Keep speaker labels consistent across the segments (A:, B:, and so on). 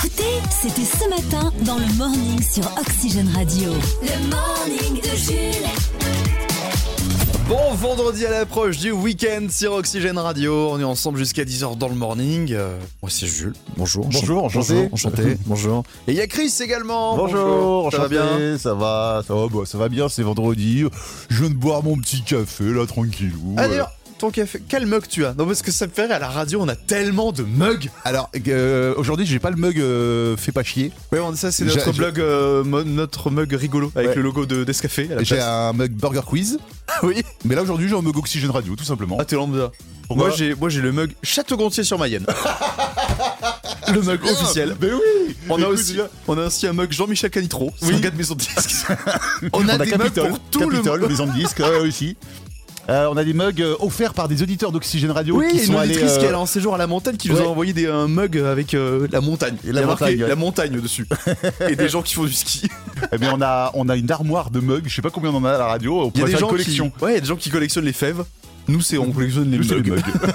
A: C'était ce matin dans le morning sur Oxygène Radio. Le morning de Jules.
B: Bon vendredi à l'approche du week-end sur Oxygène Radio. On est ensemble jusqu'à 10h dans le morning. Euh, moi, c'est Jules. Bonjour.
C: Bonjour, enchanté.
B: Bonjour, enchanté. Bonjour. Et il y a Chris également.
C: Bonjour,
B: ça va bien
C: Ça va, ça va, bah, ça va bien, c'est vendredi. Je viens de boire mon petit café là, tranquillou.
B: Ah, d'ailleurs, ton café. Quel mug tu as Non, parce que ça me fait rire, à la radio, on a tellement de mugs.
C: Alors, euh, aujourd'hui, j'ai pas le mug euh, fait pas chier.
B: Ouais, on, ça, c'est notre, blog, euh, mo- notre mug rigolo avec
C: Ouais.
B: le logo de Descafé. À la
C: J'ai
B: place.
C: un mug Burger Quiz.
B: Oui.
C: Mais là, aujourd'hui, j'ai un mug Oxygène Radio, tout simplement.
B: Ah, t'es lambda.
C: Pourquoi
B: moi, j'ai, moi, j'ai le mug Château-Gontier sur Mayenne. le mug officiel.
C: Mais oui
B: On a,
C: Écoute,
B: aussi,
C: déjà,
B: on a aussi un mug Jean-Michel Canitro, c'est
C: Oui.
B: un gars de maison de disques. on, a
C: on a
B: des mugs
C: Capitole,
B: pour tout
C: Capitole,
B: le monde.
C: maison de disques, ouais, aussi. Euh, on a des mugs euh, offerts par des auditeurs d'Oxygène Radio
B: Oui,
C: qui
B: une
C: sont allés.
B: auditrice
C: euh,
B: qui est allée en séjour à la montagne qui nous
C: ouais.
B: a envoyé des, un mug avec euh, la montagne.
C: Et
B: Il
C: la
B: y a marqué
C: montagne, ouais.
B: la montagne dessus. Et des gens qui font du ski.
C: eh bien, on a, on a une armoire de mugs. Je sais pas combien on en a à la radio. On
B: Il y a
C: pourrait
B: des
C: faire
B: gens
C: une collection.
B: Qui, ouais, il y a des gens qui collectionnent les fèves. Nous, c'est on collectionne les
C: Nous, c'est
B: mugs.
C: les mugs.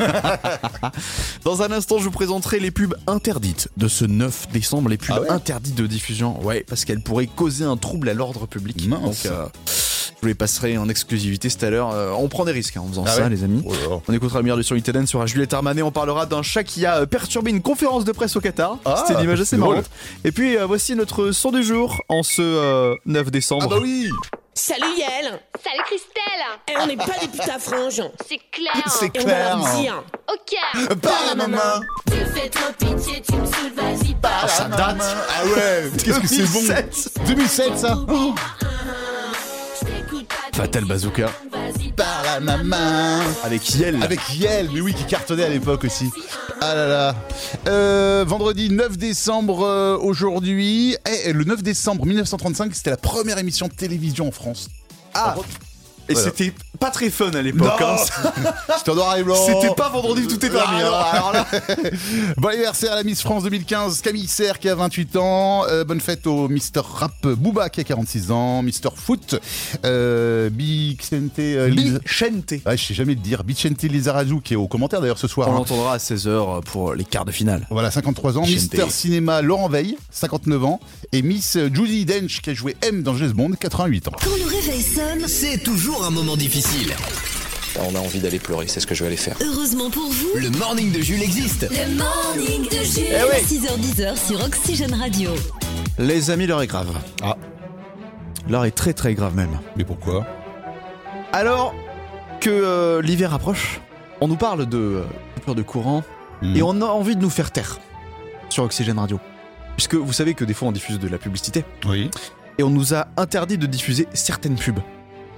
B: Dans un instant, je vous présenterai les pubs interdites de ce 9 décembre, les pubs
C: Ah ouais
B: interdites de diffusion. Ouais, parce qu'elles pourraient causer un trouble à l'ordre public.
C: Mince.
B: Donc, euh, je vous les passerai en exclusivité tout à l'heure. Euh, on prend des risques hein, en faisant
C: Ah
B: ça,
C: ouais
B: les amis.
C: Oh là là.
B: On écoutera le meilleur du sur Italienne sur Juliette Armanet. On parlera d'un chat qui a euh, perturbé une conférence de presse au Qatar.
C: Ah,
B: C'était une image assez
C: c'est drôle.
B: marrante. Et puis euh, voici notre son du jour en ce euh, 9 décembre.
C: Ah bah oui
D: Salut Yael
E: Salut Christelle
D: Eh, On n'est pas des putains franges
E: C'est clair
C: C'est
D: Et Oh, on va
C: clair
D: leur dire
E: Ok
C: Par la maman
E: Fais-toi pitié, tu me saoules, vas-y
C: Ah, ça date Ah ouais Qu'est-ce que c'est bon 2007 ça
B: Fatal Bazooka
C: Par la maman
B: avec Yel.
C: Avec Yel, mais oui, qui cartonnait à l'époque aussi. Ah là là Euh, Vendredi 9 décembre euh, aujourd'hui. Eh, le 9 décembre 1935, c'était la première émission de télévision en France.
B: Ah. Et
C: Voilà.
B: c'était pas très fun à l'époque. hein.
C: C'était en noir et blanc
B: C'était pas vendredi, tout est permis.
C: Ah, non,
B: hein.
C: alors là. bon anniversaire à la Miss France 2015, Camille Serre qui a 28 ans. Euh, bonne fête au Mister Rap Booba qui a 46 ans. Mister Foot, euh, Bixente euh, Liz-
B: Bichente.
C: Ah, je sais jamais le dire. Bicente Lizarazu qui est au commentaire d'ailleurs ce soir.
B: On
C: hein.
B: l'entendra à 16h pour les quarts de finale.
C: Voilà, 53 ans.
B: Bicente.
C: Mister Cinéma Laurent Veil, 59 ans. Et Miss Judy Dench qui a joué M dans James Bond, 88 ans.
A: Quand le réveil sonne,
F: C'est toujours un moment difficile.
G: On a envie d'aller pleurer, c'est ce que je vais aller faire.
A: heureusement pour vous,
F: Le morning de Jules existe.
A: le morning de Jules. 6h10 sur Oxygène Radio.
B: Les amis, l'heure est grave.
C: Ah.
B: L'heure est très très grave même.
C: Mais pourquoi
B: Alors que euh, l'hiver approche, on nous parle de euh, coupure de courant
C: Mhm.
B: et on a envie de nous faire taire sur Oxygène Radio. Puisque vous savez que des fois on diffuse de la publicité
C: Oui.
B: et on nous a interdit de diffuser certaines pubs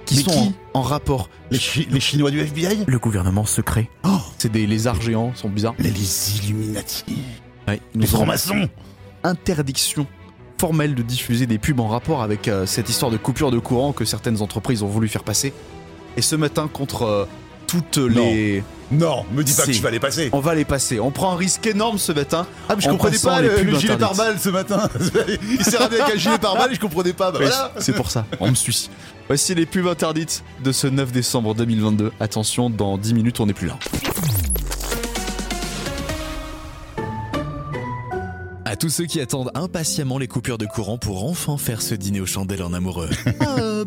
B: qui
C: Mais
B: sont
C: qui
B: en, en rapport.
C: Les, Chi- les Chinois du FBI
B: Le gouvernement secret.
C: Oh
B: C'est des lézards géants, ils sont bizarres.
C: Les- les Illuminati
B: Ouais, ils
C: Les
B: nous ont-
C: francs-maçons
B: interdiction formelle de diffuser des pubs en rapport avec euh, cette histoire de coupure de courant que certaines entreprises ont voulu faire passer. Et ce matin, contre euh, toutes les...
C: Non, me dis pas
B: Si.
C: que tu vas les passer.
B: On va les passer. On prend un risque énorme ce matin.
C: Ah, mais je
B: En
C: comprenais
B: passant
C: pas
B: les
C: le,
B: pubs
C: le gilet
B: interdites.
C: pare-balles ce matin. Il s'est ramené avec un gilet pare-balles et je comprenais pas. Bah,
B: Oui,
C: voilà.
B: C'est pour ça. On me suit. Voici les pubs interdites de ce 9 décembre 2022. Attention, dans 10 minutes, on n'est plus là.
F: À tous ceux qui attendent impatiemment les coupures de courant pour enfin faire ce dîner aux chandelles en amoureux.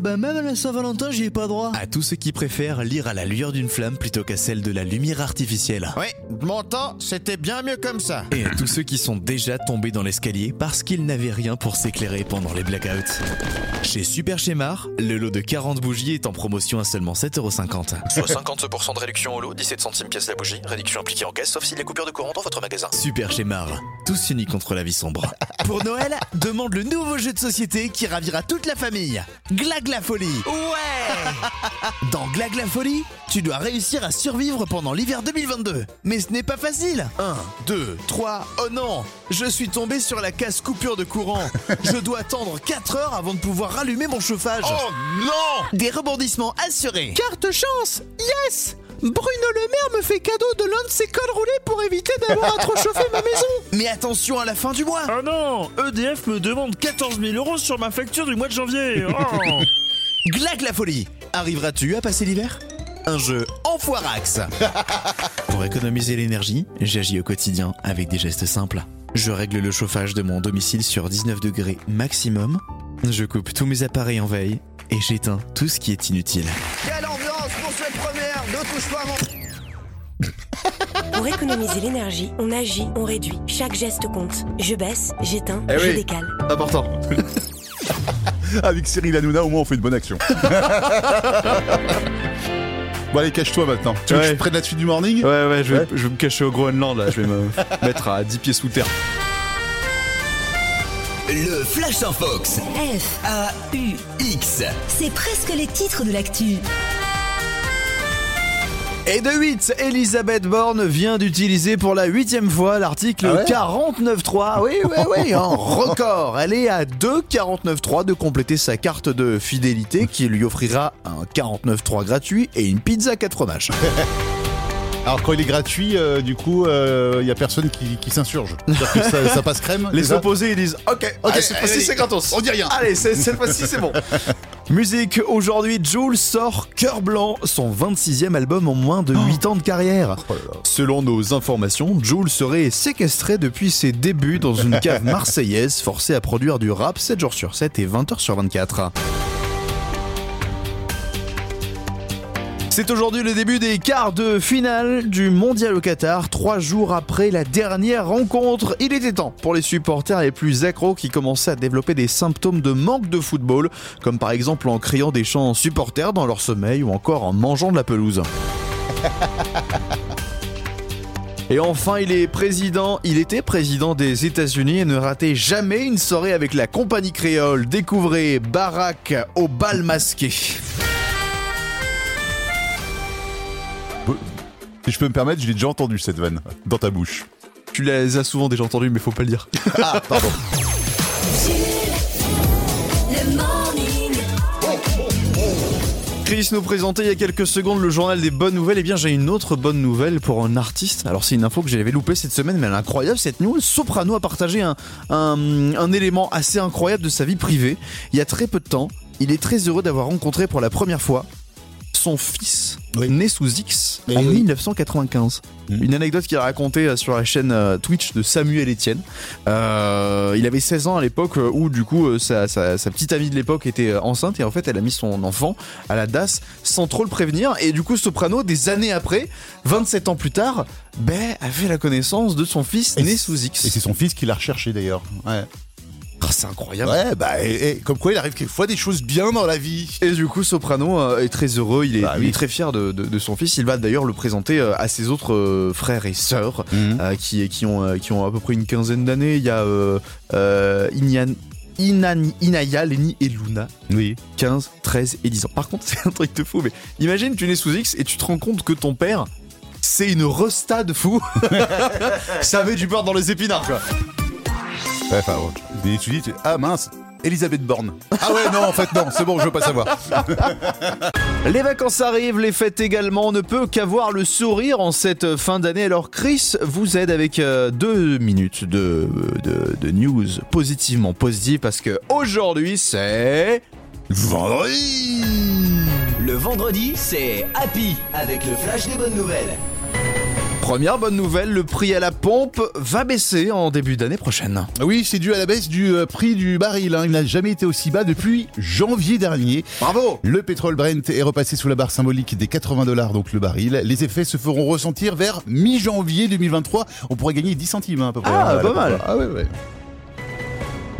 H: bah même à la Saint-Valentin, j'y ai pas droit.
F: À tous ceux qui préfèrent lire à la lueur d'une flamme plutôt qu'à celle de la lumière artificielle.
H: Ouais, de mon temps, c'était bien mieux comme ça.
F: Et à tous ceux qui sont déjà tombés dans l'escalier parce qu'ils n'avaient rien pour s'éclairer pendant les blackouts. Chez Super Schémar, le lot de 40 bougies est en promotion à seulement 7,50€.
G: Soit 50% de réduction au lot, 17 centimes pièce la bougie, réduction appliquée en caisse, sauf s'il y a coupure de courant dans votre magasin.
F: Super Schémar, tous unis contre la vie sombre. Pour Noël, demande le nouveau jeu de société qui ravira toute la famille. Glag la folie. Ouais Dans Glag la folie, tu dois réussir à survivre pendant l'hiver 2022. Mais ce n'est pas facile. 1, 2, 3, oh non Je suis tombé sur la casse coupure de courant. Je dois attendre 4 heures avant de pouvoir rallumer mon chauffage. Oh non Des rebondissements assurés. Carte chance Yes Bruno Le Maire me fait cadeau de l'un de ses cols roulés pour éviter d'avoir à trop chauffer ma maison. Mais attention à la fin du mois.
I: Oh non EDF me demande 14 000 euros sur ma facture du mois de janvier Oh.
F: Glac la folie Arriveras-tu à passer l'hiver un jeu en foirax. Pour économiser l'énergie, j'agis au quotidien avec des gestes simples. Je règle le chauffage de mon domicile sur 19 degrés maximum, je coupe tous mes appareils en veille et j'éteins tout ce qui est inutile.
H: Quelle ambiance pour cette première Ne touche pas mon...
J: Pour économiser l'énergie, on agit, on réduit. Chaque geste compte. Je baisse, j'éteins,
B: Eh
J: je
B: oui.
J: décale.
B: Important.
C: Avec Cyril Hanouna, au moins, on fait une bonne action. bon, allez, cache-toi maintenant. Tu veux que
B: Ouais.
C: je prenne la suite du morning
B: Ouais, ouais, je vais, je vais me cacher au Groenland, là. Je vais me mettre à 10 pieds sous terre.
F: Le Flash en Fox
A: F,
F: X
A: c'est presque les titres de l'actu.
F: Et de 8, Elisabeth Borne vient d'utiliser pour la huitième fois l'article 49.3. Oui, oui, oui, en record. Elle est à 2,49.3 de compléter sa carte de fidélité qui lui offrira un 49.3 gratuit et une pizza 4 fromages.
C: Alors, quand il est gratuit, euh, du coup, il y a personne qui, qui s'insurge. C'est-à-dire que ça, ça passe crème c'est
B: Les
C: ça
B: opposés, ils disent Ok, ok,
C: Allez,
B: cette
C: allez,
B: fois-ci, c'est gratos.
C: on dit rien.
B: Allez, c'est- cette fois-ci, c'est bon.
F: Musique, aujourd'hui, Jules sort Cœur Blanc, son 26e album en moins de 8 ans de carrière.
B: Oh
F: Selon nos informations, Jules serait séquestré depuis ses débuts dans une cave marseillaise, forcé à produire du rap 7 jours sur 7 et 20 heures sur 24. C'est aujourd'hui le début des quarts de finale du Mondial au Qatar, trois jours après la dernière rencontre. Il était temps pour les supporters les plus accros qui commençaient à développer des symptômes de manque de football, comme par exemple en criant des chants supporters dans leur sommeil ou encore en mangeant de la pelouse. Et enfin, il est président, il était président des États-Unis et ne ratait jamais une soirée avec la compagnie créole. Découvrez Barack au bal masqué.
C: Si je peux me permettre, je l'ai déjà entendu cette vanne dans ta bouche.
B: Tu les as souvent déjà entendus, mais faut pas le dire.
C: Ah, pardon.
A: Le morning.
B: Chris nous présentait il y a quelques secondes le journal des bonnes nouvelles. Et bien, j'ai une autre bonne nouvelle pour un artiste. Alors, c'est une info que j'avais loupée cette semaine, mais elle est incroyable cette news. Soprano a partagé un, un- un élément assez incroyable de sa vie privée. Il y a très peu de temps, il est très heureux d'avoir rencontré pour la première fois son fils, né sous X, en 1995. Une anecdote qu'il a racontée euh, sur la chaîne euh, Twitch de Samuel Etienne. Euh, il avait 16 ans à l'époque euh, où, du coup, euh, sa, sa- sa petite amie de l'époque était euh, enceinte et en fait, elle a mis son enfant à la DAS sans trop le prévenir. Et du coup, Soprano, des années après, 27 ans plus tard, ben, avait la connaissance de son fils
C: Et
B: né
C: c'est-
B: sous
C: Et
B: X.
C: c'est son fils qui l'a recherché d'ailleurs. Ouais.
B: Ah, C'est incroyable.
C: Ouais, bah, et- et comme quoi il arrive quelquefois des choses bien dans la vie.
B: Et du coup, Soprano euh, est très heureux, il est,
C: Bah
B: il est
C: oui.
B: très fier de, de- de son fils. Il va d'ailleurs le présenter euh, à ses autres euh, frères et sœurs
C: Mhm.
B: euh, qui, qui, ont, euh, qui ont à peu près une quinzaine d'années. Il y a euh, euh, Inyan- Inan- Inaya, Lenny et Luna.
C: Oui.
B: 15, 13 et 10 ans. Par contre, c'est un truc de fou, mais imagine, tu es né sous X et tu te rends compte que ton père, c'est une resta de fou. Ça avait du beurre dans les épinards, quoi.
C: Ouais, enfin, bon, des études, tu- ah mince, Elisabeth Borne. Ah ouais, non, en fait, non, c'est bon, je veux pas savoir.
B: Les vacances arrivent, les fêtes également. On ne peut qu'avoir le sourire en cette fin d'année. Alors, Chris vous aide avec euh, deux minutes de, de, de news positivement positives parce que aujourd'hui, c'est.
C: Vendredi
K: Le vendredi, c'est Happy avec le flash des bonnes nouvelles.
B: Première bonne nouvelle, le prix à la pompe va baisser en début d'année prochaine.
C: Ah Oui, c'est dû à la baisse du euh, prix du baril. hein. Il n'a jamais été aussi bas depuis janvier dernier.
B: Bravo
C: Le pétrole Brent est repassé sous la barre symbolique des 80 dollars, donc le baril. Les effets se feront ressentir vers mi-janvier 2023. On pourrait gagner 10 centimes hein, à peu près.
B: Ah,
C: Voilà,
B: pas
C: la
B: mal.
C: pompe. Ah ouais, ouais.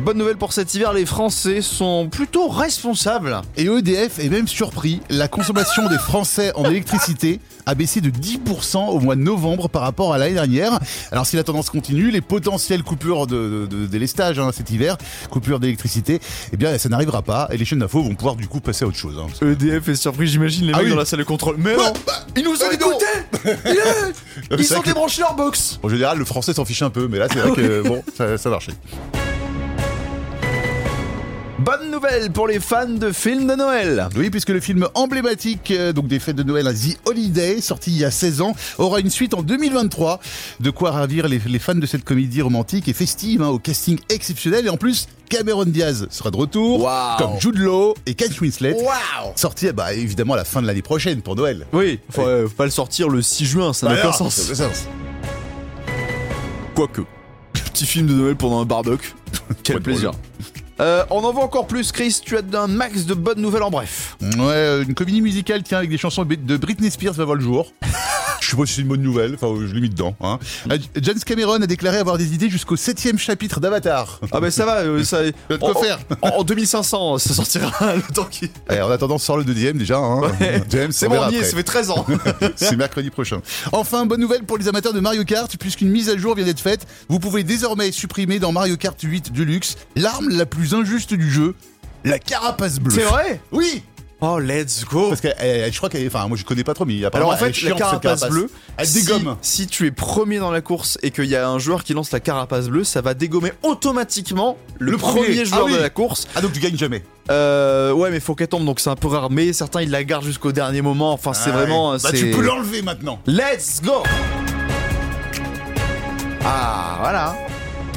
B: Bonne nouvelle pour cet hiver, les Français sont plutôt responsables.
C: Et EDF est même surpris, la consommation des Français en électricité a baissé de 10% au mois de novembre par rapport à l'année dernière. Alors si la tendance continue, les potentielles coupures de, de, de délestage hein, cet hiver, coupures d'électricité, eh bien ça n'arrivera pas et les chaînes d'infos vont pouvoir du coup passer à autre chose. hein.
B: EDF est surpris, j'imagine les
C: Ah
B: Euh, mecs
C: oui.
B: dans la salle de contrôle. Mais
C: Ouais,
B: non,
C: bah,
B: ils nous ont
C: ouais, non.
B: écoutés Ils,
C: C'est
B: ont
C: vrai que-
B: débranché leur box
C: En général, le Ah français s'en fiche un peu, mais là c'est vrai que bon, ça, ça marchait.
B: Bonne nouvelle pour les fans de films de Noël.
C: Oui, puisque le film emblématique euh, donc des fêtes de Noël, The Holiday, sorti il y a 16 ans, aura une suite en 2023. De quoi ravir les, les fans de cette comédie romantique et festive, hein, au casting exceptionnel. Et en plus, Cameron Diaz sera de retour,
B: Wow.
C: comme Jude Law et Kate Winslet.
B: Wow.
C: Sorti eh bah, évidemment à la fin de l'année prochaine pour Noël.
B: Oui, faut, euh, faut pas le sortir le 6 juin, ça
C: Bah
B: n'a aucun
C: non,
B: sens.
C: ça n'a aucun sens.
B: Quoique, petit film de Noël pendant un barbecue. Quel plaisir. Euh, on en voit encore plus, Chris. Tu as un max de bonnes nouvelles en bref.
C: Ouais, euh, une comédie musicale, tiens, avec des chansons de Britney Spears va voir le jour. Je sais pas si c'est une bonne nouvelle, enfin je l'ai mis dedans. Hein. Euh, James Cameron a déclaré avoir des idées jusqu'au septième chapitre d'Avatar.
B: Ah, bah ça va. euh, ça...
C: de quoi
B: en-
C: faire.
B: En, en 2500, ça sortira le temps qui.
C: Eh, en attendant, sort le deuxième déjà. Hein. James,
B: C'est
C: on
B: bon,
C: verra
B: on y est,
C: après.
B: ça fait 13 ans.
C: C'est mercredi prochain. Enfin, bonne nouvelle pour les amateurs de Mario Kart, puisqu'une mise à jour vient d'être faite. Vous pouvez désormais supprimer dans Mario Kart 8 Deluxe l'arme la plus injuste du jeu, la carapace bleue.
B: C'est vrai
C: Oui
B: Oh, let's go.
C: Parce que euh, je crois qu'elle. Enfin, moi je connais pas trop, mais apparemment
B: Alors en
C: elle est
B: fait, la
C: chiante, cette
B: carapace, bleue,
C: Elle
B: si-
C: dégomme.
B: Si, tu es premier dans la course et qu'il y a un joueur qui lance la carapace bleue, ça va dégommer automatiquement le,
C: Le
B: premier,
C: premier.
B: joueur
C: Ah oui.
B: de la course.
C: Ah, donc tu gagnes jamais.
B: Euh, ouais, mais faut qu'elle tombe, donc c'est un peu rare. Mais certains ils la gardent jusqu'au dernier moment. Enfin, c'est
C: Ah
B: vraiment.
C: ouais. Bah,
B: c'est-
C: tu peux l'enlever maintenant.
B: Let's go. Ah voilà.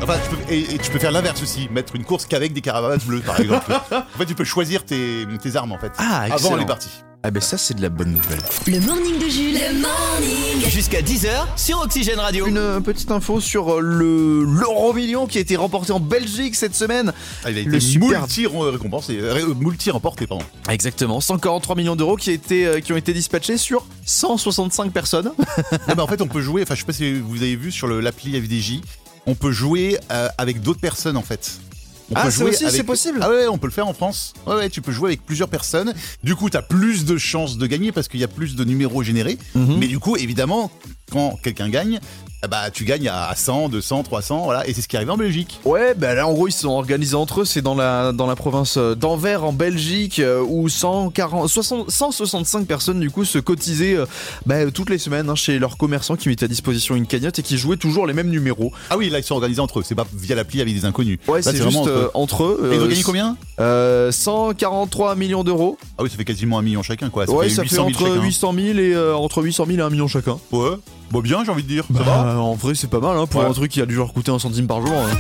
C: Enfin, tu peux- et, et tu peux faire l'inverse aussi, mettre une course qu'avec des carapaces bleues, par exemple. en fait, tu peux choisir tes, tes armes en fait.
B: Ah, excellent.
C: avant les parties.
B: Ah ben ça c'est de la bonne nouvelle.
A: Le morning de Jules. Le morning.
K: Jusqu'à 10h sur Oxygène Radio.
B: Une euh, petite info sur euh, le l'euro million qui a été remporté en Belgique cette semaine.
C: Ah, il a
B: Le
C: été
B: super-
C: multi récompensé, euh, ré- euh, multi remporté pardon.
B: Exactement, 143 millions d'euros qui, étaient, euh, qui ont été dispatchés sur 165 personnes.
C: Non, mais en fait, on peut jouer. Enfin, je sais pas si vous avez vu sur le- l'appli AVDJ, on peut jouer euh, avec d'autres personnes en fait. On
B: Ah,
C: peut
B: ça
C: jouer
B: aussi,
C: avec-
B: c'est possible
C: Ah ouais, on peut le faire en France. Ouais, ouais, tu peux jouer avec plusieurs personnes. Du coup, t'as plus de chances de gagner parce qu'il y a plus de numéros générés.
B: Mhm.
C: Mais du coup, évidemment, quand quelqu'un gagne, ah bah tu gagnes à 100, 200, 300, voilà. Et c'est ce qui arrive en Belgique.
B: Ouais, bah là en gros ils se sont organisés entre eux, c'est dans la, dans la province euh, d'Anvers en Belgique euh, où 140, 60 165 personnes du coup se cotisaient euh, bah, toutes les semaines hein, chez leurs commerçants qui mettaient à disposition une cagnotte et qui jouaient toujours les mêmes numéros.
C: Ah oui, là ils sont organisés entre eux. C'est pas via l'appli avec des inconnus.
B: Ouais,
C: Là,
B: c'est juste
C: vraiment entre
B: euh,
C: eux.
B: entre eux.
C: Et ils ont
B: euh,
C: gagné combien
B: euh, 143 millions d'euros.
C: Ah oui, ça fait quasiment un million chacun quoi. Ça
B: ouais,
C: fait
B: ça fait
C: 800 000
B: entre
C: chacun.
B: 800 000 et euh, entre 800 000 et 1 million chacun.
C: Ouais. Bon, bien, j'ai envie de dire. Ça va
B: Bah, en vrai, c'est pas mal hein, pour
C: Ouais.
B: un truc qui a dû leur coûter un centime par jour. hein.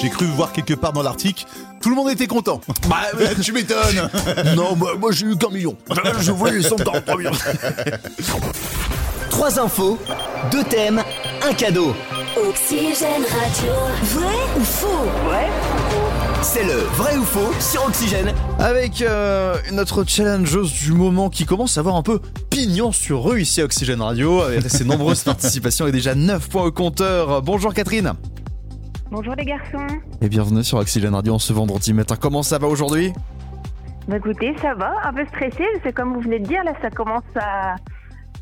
C: J'ai cru voir quelque part dans l'article, tout le monde était content. Bah, tu m'étonnes.
B: non, moi, Bah, moi, j'ai eu qu'un million. Je voulais les 143 millions.
K: Trois infos, deux thèmes, un cadeau.
A: Oxygène Radio. Vrai ou faux
K: C'est le vrai ou faux sur Oxygène.
B: Avec euh, notre challengeuse du moment qui commence à avoir un peu pignon sur rue ici à Oxygène Radio, avec ses nombreuses participations et déjà 9 points au compteur. Bonjour Catherine
L: Bonjour les garçons.
B: Et bienvenue sur Oxygène Radio en ce vendredi matin. Comment ça va aujourd'hui
L: Bah écoutez, ça va, un peu stressé, c'est comme vous venez de dire, là ça commence à,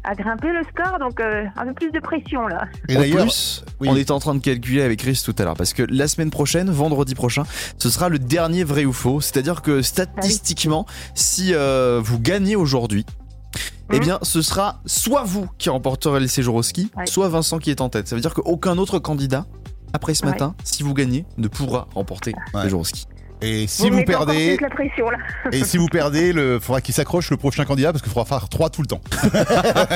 L: à grimper le score, donc euh, un peu plus de pression là.
C: Et
B: En
C: d'ailleurs,
B: plus,
C: oui.
B: on était en train de calculer avec Chris tout à l'heure parce que la semaine prochaine, vendredi prochain, ce sera le dernier vrai ou faux. C'est-à-dire que statistiquement, si euh, vous gagnez aujourd'hui, eh
L: Mhm.
B: bien, ce sera soit vous qui remporterez le séjour au ski,
L: Ouais.
B: soit Vincent qui est en tête. Ça veut dire qu'aucun autre candidat, après ce
L: Ouais.
B: matin, si vous gagnez, ne pourra remporter le
C: Ouais.
B: séjour au ski.
C: et si
L: me
C: vous
L: mettez encore
C: perdez,
L: plus la pression là.
C: et si vous perdez, le, faudra qu'il s'accroche le prochain candidat parce qu'il faudra faire trois tout le temps.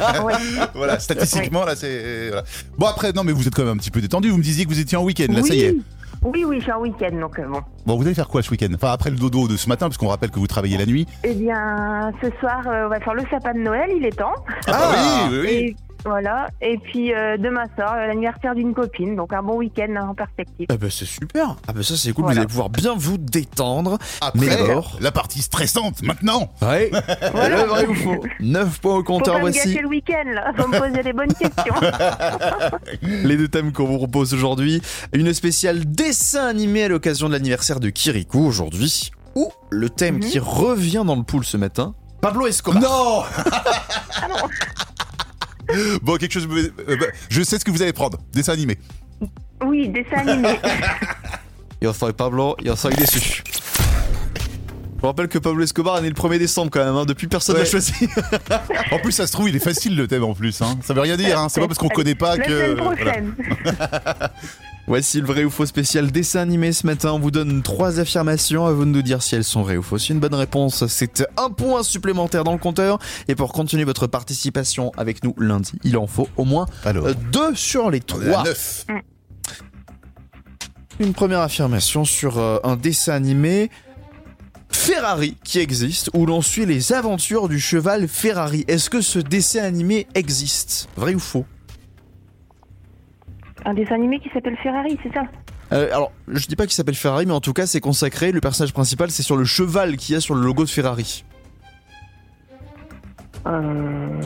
L: Ah Ouais.
C: voilà, statistiquement là, c'est voilà. bon après. Non, mais vous êtes quand même un petit peu détendu. Vous me disiez que vous étiez en week-end. Là, ça y est.
L: Oui, oui, je suis en week-end donc euh, bon.
C: Bon, vous allez faire quoi ce week-end Enfin, après le dodo de ce matin, parce qu'on rappelle que vous travaillez la nuit.
L: Eh bien, ce soir, euh, on va faire le sapin de Noël, il est temps.
C: Ah, bah oui, oui, oui.
L: Et voilà, et puis euh, demain soir, euh, l'anniversaire d'une copine, donc un bon week-end hein, en perspective.
B: Ah bah c'est super Ah bah ça c'est cool, vous
L: Voilà.
B: allez pouvoir bien vous détendre. Mais
C: Après,
B: d'abord-
C: la partie stressante maintenant.
B: Ouais, le vrai ou faux 9 points au
L: Faut pas
B: compteur,
L: me
B: voici
L: gâcher le week-end là, faut me poser les bonnes questions.
B: Les deux thèmes qu'on vous propose aujourd'hui, une spéciale dessin animé à l'occasion de l'anniversaire de Kirikou aujourd'hui, ou le thème
L: Mhm.
B: qui revient dans le pool ce matin, Pablo Escobar.
C: Non. Bon, quelque chose. euh, bah, je sais ce que vous allez prendre. Dessin animé.
L: Oui, dessin animé.
C: Ah,
B: Yo soy Pablo, yo soy déçu. Je vous rappelle que Pablo Escobar est né le 1er décembre quand même, hein, depuis personne n'a
C: Ouais.
B: choisi.
C: En plus, ça se trouve, il est facile le thème en plus. Hein. Ça veut rien dire. Hein. C'est pas parce qu'on connaît pas
L: la
C: que.
L: semaine
C: voilà.
L: prochaine.
B: Voici le vrai ou faux spécial dessin animé ce matin. On vous donne trois affirmations à vous de nous dire si elles sont vraies ou fausses. Une bonne réponse, c'est un point supplémentaire dans le compteur. Et pour continuer votre participation avec nous lundi, il en faut au moins euh, deux sur les
C: est à
B: trois.
C: neuf.
B: Une première affirmation sur euh, un dessin animé Ferrari qui existe, où l'on suit les aventures du cheval Ferrari. Est-ce que ce dessin animé existe Vrai ou faux
L: Un dessin animé qui s'appelle Ferrari, c'est ça
B: Euh, alors, je dis pas qu'il s'appelle Ferrari, mais en tout cas, c'est consacré. Le personnage principal, c'est sur le cheval qu'il y a sur le logo de Ferrari.
L: Euh.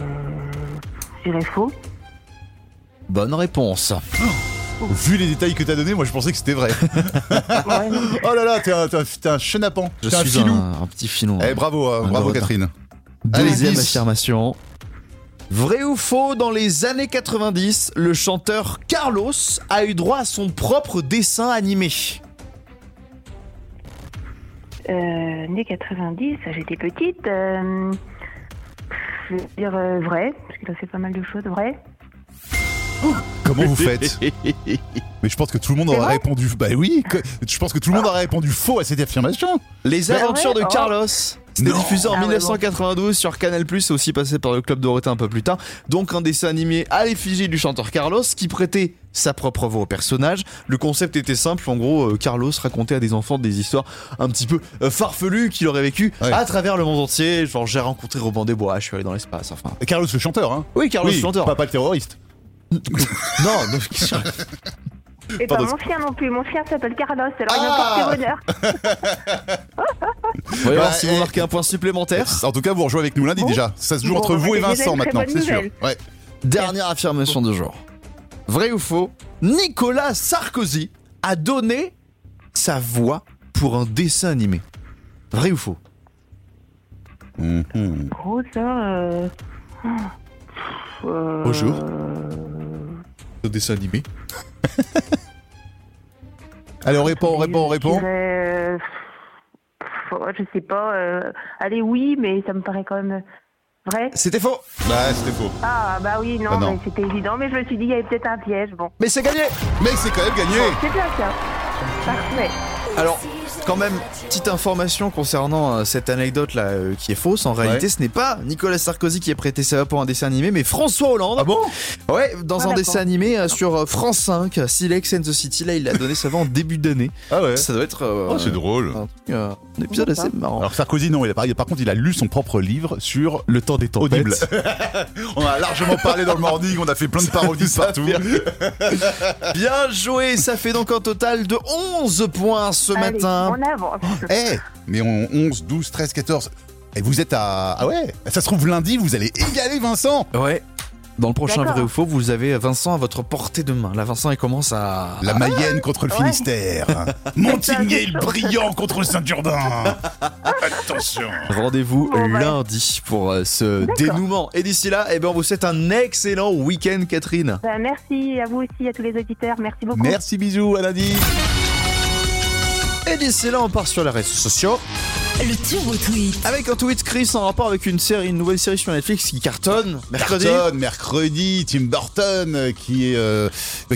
L: Je dirais faux.
B: Bonne réponse.
C: Vu les détails que t'as donné, moi je pensais que c'était vrai. oh là là, t'es un, t'es un- t'es un chenapan.
B: Je
C: t'es un
B: suis
C: filou.
B: un, un petit filou.
C: Eh, bravo, hein,
B: Un
C: bravo
B: gros
C: Catherine. Allez,
B: Deuxième
C: dix.
B: affirmation. Vrai ou faux, dans les années 90, le chanteur Carlos a eu droit à son propre dessin animé.
L: Euh. Né 90, j'étais petite. euh, Je vais dire euh, vrai, parce qu'il a fait pas mal de choses, vrai.
C: Comment vous faites Mais je pense que tout le monde aurait répondu. Bah oui, que- je pense que tout le monde aurait répondu faux à cette affirmation.
B: Les
C: Bah
B: aventures
C: ouais,
B: de
C: oh.
B: Carlos. C'était
C: Non.
B: diffusé en
C: Ah ouais,
B: 1992 sur Canal+, et aussi passé par le Club Dorothée un peu plus tard. Donc un dessin animé à l'effigie du chanteur Carlos qui prêtait sa propre voix au personnage. Le concept était simple, en gros, euh, Carlos racontait à des enfants des histoires un petit peu euh, farfelues qu'il aurait vécues à travers le monde entier. Genre j'ai rencontré Robin des Bois, je suis allé dans l'espace, enfin...
C: Carlos le chanteur, hein
B: Oui, Carlos le chanteur.
C: Pas, pas le terroriste.
B: non, non,
L: Et
C: Pardon. Ah
L: pas mon chien non plus. Mon chien s'appelle Carlos, alors il m'a porté bonheur.
B: Voyons
C: Bah,
B: si vous marquez un point supplémentaire.
C: En tout cas, vous rejouez avec nous lundi déjà. Ça se joue
B: Bon,
C: entre
B: bah,
C: vous et
B: c'est déjà
C: Vincent
B: une très
C: maintenant,
B: bonne
C: c'est sûr.
B: nouvelle.
C: Ouais.
B: Dernière affirmation de jour. Vrai ou faux Nicolas Sarkozy a donné sa voix pour un dessin animé. Vrai ou faux
L: Gros, ça. Euh... oh, euh,
C: Bonjour. Le
B: dessin animé.
C: Allez, on répond, on répond, on
L: Je
C: répond.
L: dirais, euh, pff, je sais pas. euh, Allez, oui, mais ça me paraît quand même vrai.
B: C'était faux.
C: Bah, c'était faux.
L: Ah, bah oui, non,
C: Bah non.
L: mais c'était évident, mais je me suis dit, il y avait peut-être un piège. Bon.
B: Mais c'est gagné
C: Mais c'est quand même gagné
L: C'est bien ça. Parfait.
B: Alors, quand même, petite information concernant euh, cette anecdote là qui est fausse. En réalité, ce n'est pas Nicolas Sarkozy qui a prêté sa voix pour un dessin animé, mais François Hollande. Ah
C: bon
B: Ouais, dans
L: Ah,
B: un
L: d'accord.
B: dessin animé euh, sur euh, France 5, euh, Silex and the City. Là, il a donné sa voix en début d'année.
C: Ah ouais
B: Ça doit être. euh,
C: Oh, c'est drôle.
B: Un, truc, euh, un épisode assez marrant.
C: Alors Sarkozy, non, il a, par par contre, il a lu son propre livre sur le temps des tempêtes. Audible. on a largement parlé dans le morning, on a fait plein de parodies partout.
B: Ah. Bien joué, ça fait donc un total de 11 points ce
L: Allez,
B: matin.
L: On avance.
C: Eh, mais on 11, 12, 13, 14. Et vous êtes à. Ah ouais Ça se trouve lundi, vous allez égaler Vincent
B: Ouais. Dans le prochain
L: D'accord.
B: vrai ou faux, vous avez Vincent à votre portée de main. Là, Vincent, il commence à.
C: La Mayenne contre le
L: Ouais.
C: Finistère. Montigny le brillant contre le Saint-Urbain. Attention.
B: Rendez-vous
L: Bon, bah.
B: lundi pour euh, ce dénouement. Et d'ici là, eh ben, on vous souhaite un excellent week-end, Catherine.
L: Bah, merci à vous aussi, à tous les auditeurs. Merci beaucoup.
C: Merci, bisous, à lundi.
B: Et d'ici là, on part sur les réseaux sociaux.
A: Le turbo tweet.
B: Avec un tweet Chris en rapport avec une série, une nouvelle série sur Netflix qui cartonne mercredi.
C: Burton, mercredi, Tim Burton euh, qui, est, euh,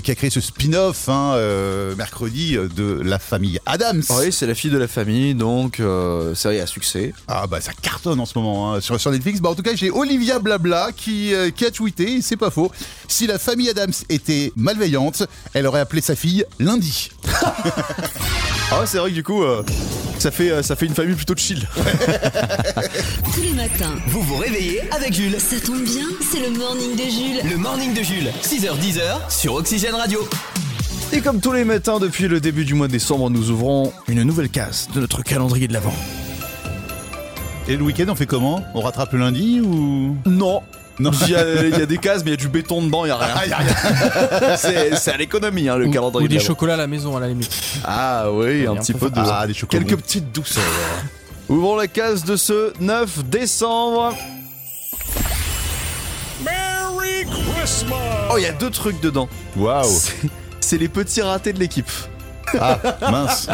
C: qui a créé ce spin-off hein, euh, mercredi euh, de La famille Adams.
B: Oui, c'est la fille de la famille, donc euh, série à succès.
C: Ah bah ça cartonne en ce moment hein, sur, sur Netflix. Bah en tout cas j'ai Olivia Blabla qui, euh, qui a tweeté, et c'est pas faux. Si la famille Adams était malveillante, elle aurait appelé sa fille lundi.
B: Ah ouais, c'est vrai que du coup, euh, ça, fait, euh, ça fait une famille plutôt chill.
A: Tous les matins.
K: Vous vous réveillez avec Jules.
A: Ça tombe bien, c'est le morning de Jules.
K: Le morning de Jules, 6h10 sur Oxygène Radio.
B: Et comme tous les matins depuis le début du mois de décembre, nous ouvrons une nouvelle case de notre calendrier de l'Avent.
C: Et le week-end on fait comment On rattrape le lundi ou
B: Non
C: Non.
B: il y, a, il y a des cases, mais il y a du béton dedans, il n'y a rien.
C: Ah, y a rien.
B: c'est, c'est à l'économie, hein, le calendrier. de
M: Ou des
B: l'Avent.
M: chocolats à la maison, à la limite.
B: Ah oui, un
M: on
B: petit peu
M: peut
B: de.
M: faire
C: Ah, des chocobons.
B: Quelques petites douceurs. Ouvrons la case de ce 9 décembre. Oh, il y a deux trucs dedans.
C: Waouh
B: C'est, c'est les petits ratés de l'équipe.
C: Ah mince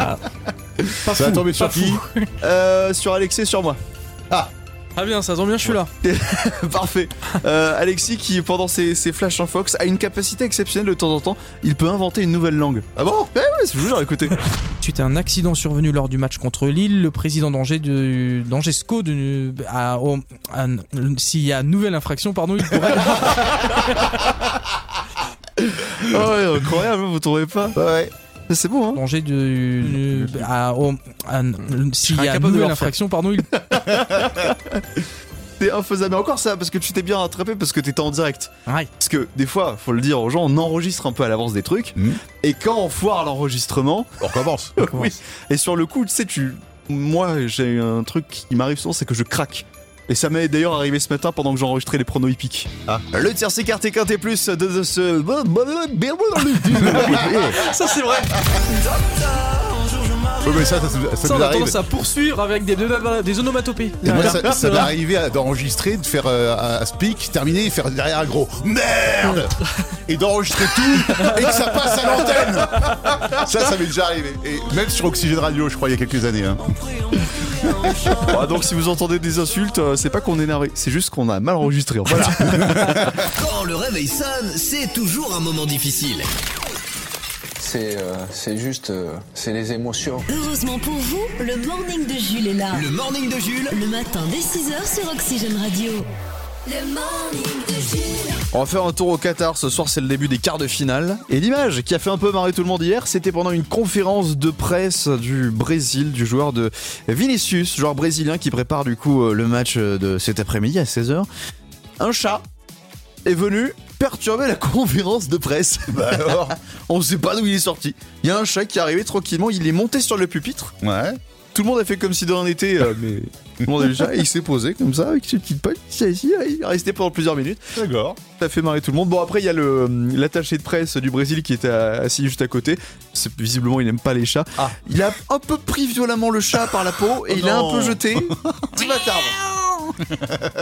C: Ça a tombé sur qui
B: Euh, sur Alexis et sur moi.
C: Ah
B: Ah bien, ça tombe bien, je suis là. Parfait. Euh, Alexis, qui pendant ses, ses Flash en Fox, a une capacité exceptionnelle de temps en temps. Il peut inventer une nouvelle langue. Ah bon Eh ouais, c'est toujours écoutez.
M: Suite à un accident survenu lors du match contre Lille, le président d'Angers de d'Angesco de a- au- a- s'il y a nouvelle infraction, pardon, il pourrait
B: Oh, ouais, incroyable, vous trouvez pas
C: Ouais.
B: C'est bon, hein
M: Danger de. a- au- a- S'il y a
B: incapable de
M: nouvelle
B: leur faire.
M: infraction, pardon, il
B: T'es infaisable. Mais encore ça, parce que tu t'es bien rattrapé, parce que t'étais en direct. Parce que des fois, faut le dire aux gens, on enregistre un peu à l'avance des trucs.
C: Mm.
B: Et quand on foire l'enregistrement.
C: On recommence.
B: oui. Et sur le coup, tu sais, tu. Moi, j'ai un truc qui m'arrive souvent, c'est que je craque. Et ça m'est d'ailleurs arrivé ce matin pendant que j'enregistrais les pronos hippiques. Le tiers écarté quinté plus de, de ce. ça c'est vrai.
C: Ouais, mais ça, ça, ça, ça
M: Ça, on
C: nous
M: a
C: arrive.
M: tendance à poursuivre avec des, des onomatopées.
C: Et moi, ça, ça
M: C'est
C: m'est
M: vrai.
C: arrivé à- d'enregistrer, de faire euh, un- un speak, terminer et faire derrière un gros merde et d'enregistrer tout et que ça passe à l'antenne. Ça, ça m'est déjà arrivé. Et même sur Oxygène Radio, je crois, il y a quelques années. hein.
B: Ah, donc si vous entendez des insultes, euh, c'est pas qu'on est énervé, c'est juste qu'on a mal enregistré. Voilà.
K: Quand le réveil sonne, c'est toujours un moment difficile.
N: C'est euh, c'est juste, euh, c'est les émotions.
A: Heureusement pour vous, le morning de Jules est là.
K: Le morning de Jules.
A: Le matin dès 6h sur Oxygène Radio. Le morning de Jules.
B: On va faire un tour au Qatar. Ce soir, c'est le début des quarts de finale. Et l'image qui a fait un peu marrer tout le monde hier, c'était pendant une conférence de presse du Brésil, du joueur de Vinicius, joueur brésilien qui prépare du coup euh, le match euh, de cet après-midi à 16h. Un chat est venu perturber la conférence de presse. Bah alors, on sait pas d'où il est sorti. Il y a un chat qui est arrivé tranquillement, il est monté sur le pupitre.
C: Ouais.
B: Tout le monde a fait comme si de rien n'était, euh, mais tout le monde a vu le chat et il s'est posé comme ça avec ses petites pattes. Il est assis, il est resté pendant plusieurs minutes.
C: D'accord.
B: Ça fait marrer tout le monde. Bon après il y a le hum, l'attaché de presse du Brésil qui était euh, assis juste à côté. C'est- Visiblement il n'aime pas les chats.
C: Ah.
B: Il a un peu pris violemment le chat par la peau
C: Oh
B: et il l'a un
F: non.
B: peu jeté. Tu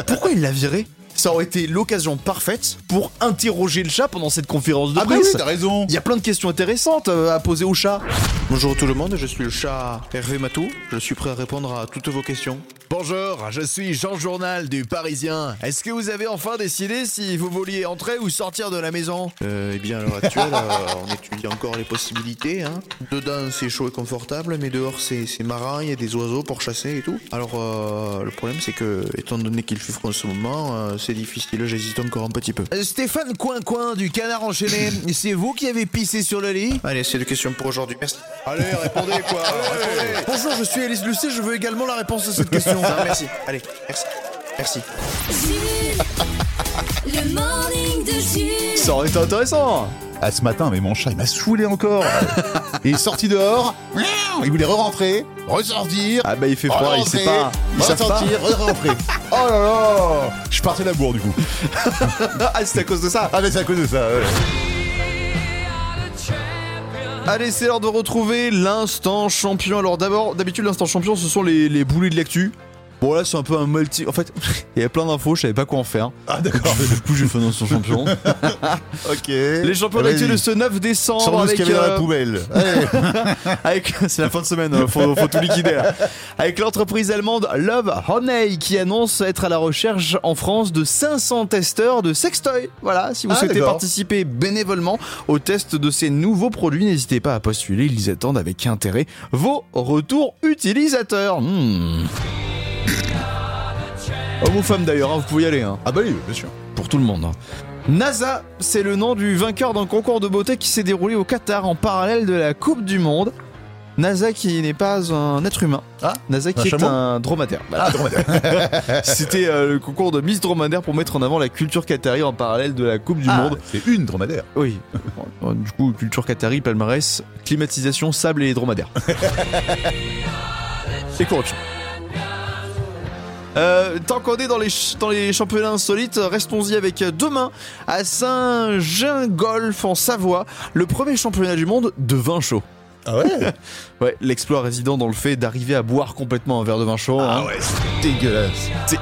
B: Pourquoi il l'a viré ça aurait été l'occasion parfaite pour interroger le chat pendant cette conférence de
C: Ah bah
B: presse.
C: oui, t'as raison.
B: Il y a plein de questions intéressantes euh, à poser au chat.
O: Bonjour tout le monde, je suis le chat Hervé Matou. Je suis prêt à répondre à toutes vos questions.
F: Bonjour, je suis Jean Journal du Parisien. Est-ce que vous avez enfin décidé si vous vouliez entrer ou sortir de la maison
O: Euh, eh bien, à l'heure actuelle, euh, on étudie encore les possibilités. hein. Dedans, c'est chaud et confortable, mais dehors, c'est c'est marin, il y a des oiseaux pour chasser et tout. Alors, euh, le problème, c'est que, étant donné qu'il fait froid en ce moment, euh, c'est difficile, j'hésite encore un petit peu.
F: Euh, Stéphane Coin-Coin du Canard Enchaîné, c'est vous qui avez pissé sur le lit
O: Allez, c'est des questions pour aujourd'hui, merci.
F: Allez, répondez quoi
O: Bonjour, je suis Alice Lucet, je veux également la réponse à cette
F: question.
O: merci, allez, merci, merci.
A: Jules. Le morning de Jules.
B: Ça aurait été intéressant.
C: Ah, ce matin, mais mon chat, il m'a saoulé encore. Et il est sorti dehors. Il voulait re-rentrer, ressortir.
B: Ah bah il fait froid, il sait pas. Ils savent pas.
C: Ressortir, re-rentrer. Oh là là Je partais la bourre du coup.
B: ah, c'est à cause de ça
C: Ah, mais c'est à cause de ça, ouais.
B: Allez, c'est l'heure de retrouver l'instant champion. Alors d'abord, d'habitude, l'instant champion, ce sont les, les boulets de l'actu. Bon là, c'est un peu un multi. En fait, il y avait plein d'infos, je savais pas quoi en faire.
C: Ah d'accord.
B: Du coup, j'ai fait un instant champion.
C: Ok.
B: Les champions d'actu de ce 9 décembre
C: Sors-nous ce
B: avec,
C: qu'il y avait dans la
B: euh,
C: poubelle.
B: Avec- c'est la fin de semaine, hein, faut, faut tout liquider. là. Avec l'entreprise allemande Love Honey qui annonce être à la recherche en France de 500 testeurs de sextoy. Voilà, si vous
F: Ah,
B: souhaitez
F: d'accord.
B: participer bénévolement au test de ces nouveaux produits, n'hésitez pas à postuler, ils attendent avec intérêt vos retours utilisateurs. Hmm. Homme ou femme d'ailleurs, hein, vous pouvez y aller.
C: Ah bah oui, bien sûr.
B: Pour tout le monde. hein. NASA, c'est le nom du vainqueur d'un concours de beauté qui s'est déroulé au Qatar en parallèle de la Coupe du Monde. NASA qui n'est pas un être humain.
F: Ah.
B: NASA
F: un
B: qui est
F: chameau Ah,
B: un dromadaire. Voilà. C'était euh, le concours de Miss Dromadaire pour mettre en avant la culture qatari en parallèle de la Coupe
F: Ah.
B: du Monde.
C: C'est une dromadaire.
B: Oui. Bon, Du coup, culture qatari, palmarès, climatisation, sable et dromadaire. C'est courageux. Euh, tant qu'on est dans les, ch- dans les championnats insolites, restons-y avec euh, demain à Saint-Gingolf en Savoie, le premier championnat du monde de vin chaud.
C: Ah ouais
B: Ouais, l'exploit résident dans le fait d'arriver à boire complètement un verre de vin chaud.
C: Ah
B: hein.
C: ouais, c'est dégueulasse.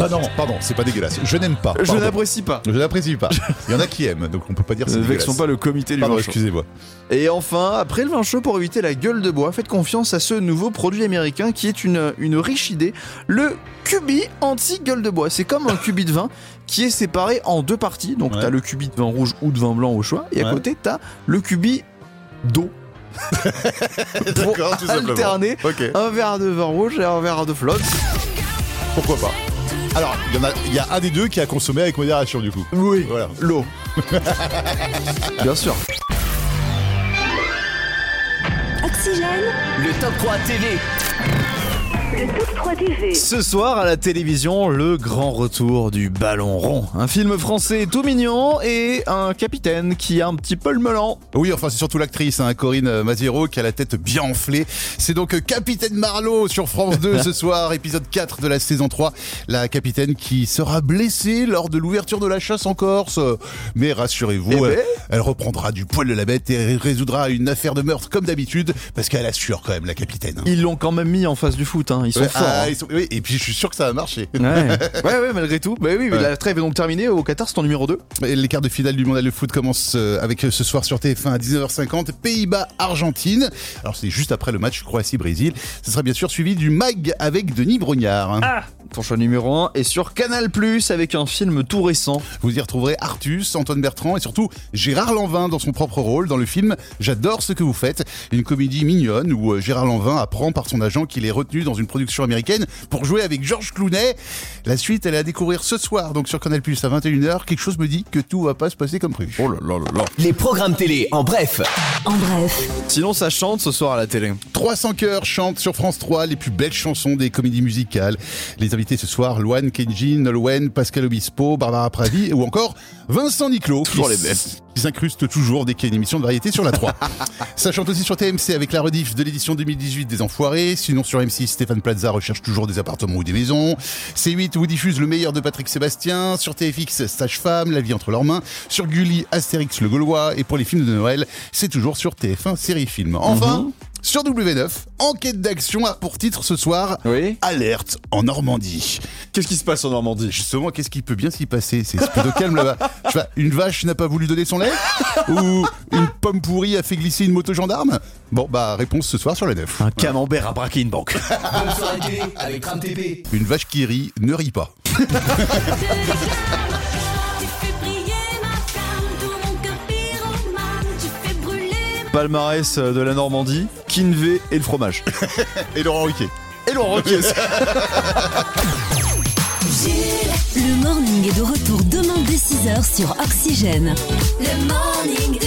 C: Ah non, pardon, c'est pas dégueulasse. Je n'aime pas.
B: Je
C: pardon.
B: n'apprécie pas.
C: Je n'apprécie pas. Il y en a qui aiment, donc on peut pas dire c'est
B: Ne
C: dégueulasse.
B: vexons pas le comité du
C: Pardon,
B: vin chaud.
C: excusez-moi.
B: Et enfin, après le vin chaud, pour éviter la gueule de bois, faites confiance à ce nouveau produit américain qui est une, une riche idée, le cubi anti-gueule de bois. C'est comme un cubi de vin qui est séparé en deux parties. Donc t'as le cubi de vin rouge ou de vin blanc au choix, et à
C: Ouais.
B: côté t'as le cubi d'eau.
C: D'accord, tout simplement.
B: Alterner
C: Ok.
B: un verre de vin rouge et un verre de flotte.
C: Pourquoi pas Alors, il y, en a, il y a un des deux qui a consommé avec modération, du coup.
B: Oui,
C: voilà.
B: l'eau. Bien sûr.
A: Oxygène.
K: Le top 3 TV.
A: Le top 3 TV.
B: Ce soir à la télévision, le grand retour du ballon rond. Un film français tout mignon et un capitaine qui a un petit peu le melon.
C: Oui, enfin, c'est surtout l'actrice, hein, Corinne Maziero, qui a la tête bien enflée. C'est donc euh, Capitaine Marlowe sur France 2 ce soir, épisode 4 de la saison 3. La capitaine qui sera blessée lors de l'ouverture de la chasse en Corse. Mais
B: Eh
C: rassurez-vous,
B: ben.
C: elle, elle reprendra du poil de la bête et résoudra une affaire de meurtre comme d'habitude, parce qu'elle assure quand même, la capitaine.
B: Ils l'ont quand même mis en face du foot, hein. ils sont
C: Ouais,
B: forts.
C: ah,
B: hein.
C: ils sont- oui, et puis je suis sûr que ça a marché.
B: Ouais. ouais, ouais, malgré tout. Bah oui, mais
C: Ouais.
B: la trêve est donc terminée. Au Qatar, c'est ton numéro 2.
C: Et Les quarts de finale du mondial de foot commencent euh, avec euh, ce soir sur TF1 à 19h50, Pays-Bas-Argentine. Alors c'est juste après le match Croatie-Brésil. Ce sera bien sûr suivi du MAG avec Denis Brognard. hein.
B: Ton choix numéro 1 est sur Canal Plus avec un film tout récent.
C: Vous y retrouverez Artus, Antoine Bertrand et surtout Gérard Lanvin dans son propre rôle dans le film J'adore ce que vous faites, une comédie mignonne où euh, Gérard Lanvin apprend par son agent qu'il est retenu dans une production américaine pour jouer avec Georges Clooney. La suite, elle est à découvrir ce soir donc sur Canal Plus à 21h. Quelque chose me dit que tout va pas se passer comme prévu. Oh là là là là.
K: Les programmes télé, en bref.
A: En bref.
B: Sinon, ça chante ce soir à la télé.
C: 300 cœurs chantent sur France 3 les plus belles chansons des comédies musicales. Les invités ce soir, Loane Kenji, Nolwenn, Pascal Obispo, Barbara Pravi ou encore Vincent Niclot.
B: Toujours
C: qui
B: les mêmes.
C: s- Qui s'incrustent toujours dès qu'il y a une émission de variété sur la 3. Ça chante aussi sur TMC avec la rediff de l'édition 2018 des Enfoirés. Sinon sur M6, Stéphane Plaza recherche toujours des appartements ou des maisons. C8 vous diffuse le meilleur de Patrick Sébastien. Sur TFX, Stage Femme, La vie entre leurs mains. Sur Gulli, Astérix le Gaulois. Et pour les films de Noël, c'est toujours sur TF1 Série Film. Enfin, sur W9, enquête d'action a pour titre ce soir Alerte en Normandie.
B: Qu'est-ce qui se passe en Normandie
C: Justement, qu'est-ce qui peut bien s'y passer C'est c'est plutôt calme là-bas. Je sais pas, une vache n'a pas voulu donner son lait Ou une pomme pourrie a fait glisser une moto gendarme Bon, bah, réponse ce soir sur les 9.
B: Un camembert a braqué une banque.
K: Bonne soirée télé avec Tram TP.
C: Une vache qui rit ne rit pas.
B: Palmarès euh, de la Normandie, Kinvé et le fromage.
C: et Laurent Riquet.
B: Et Laurent Ruquier.
A: Le morning est de retour demain dès 6h sur Oxygène. Le morning.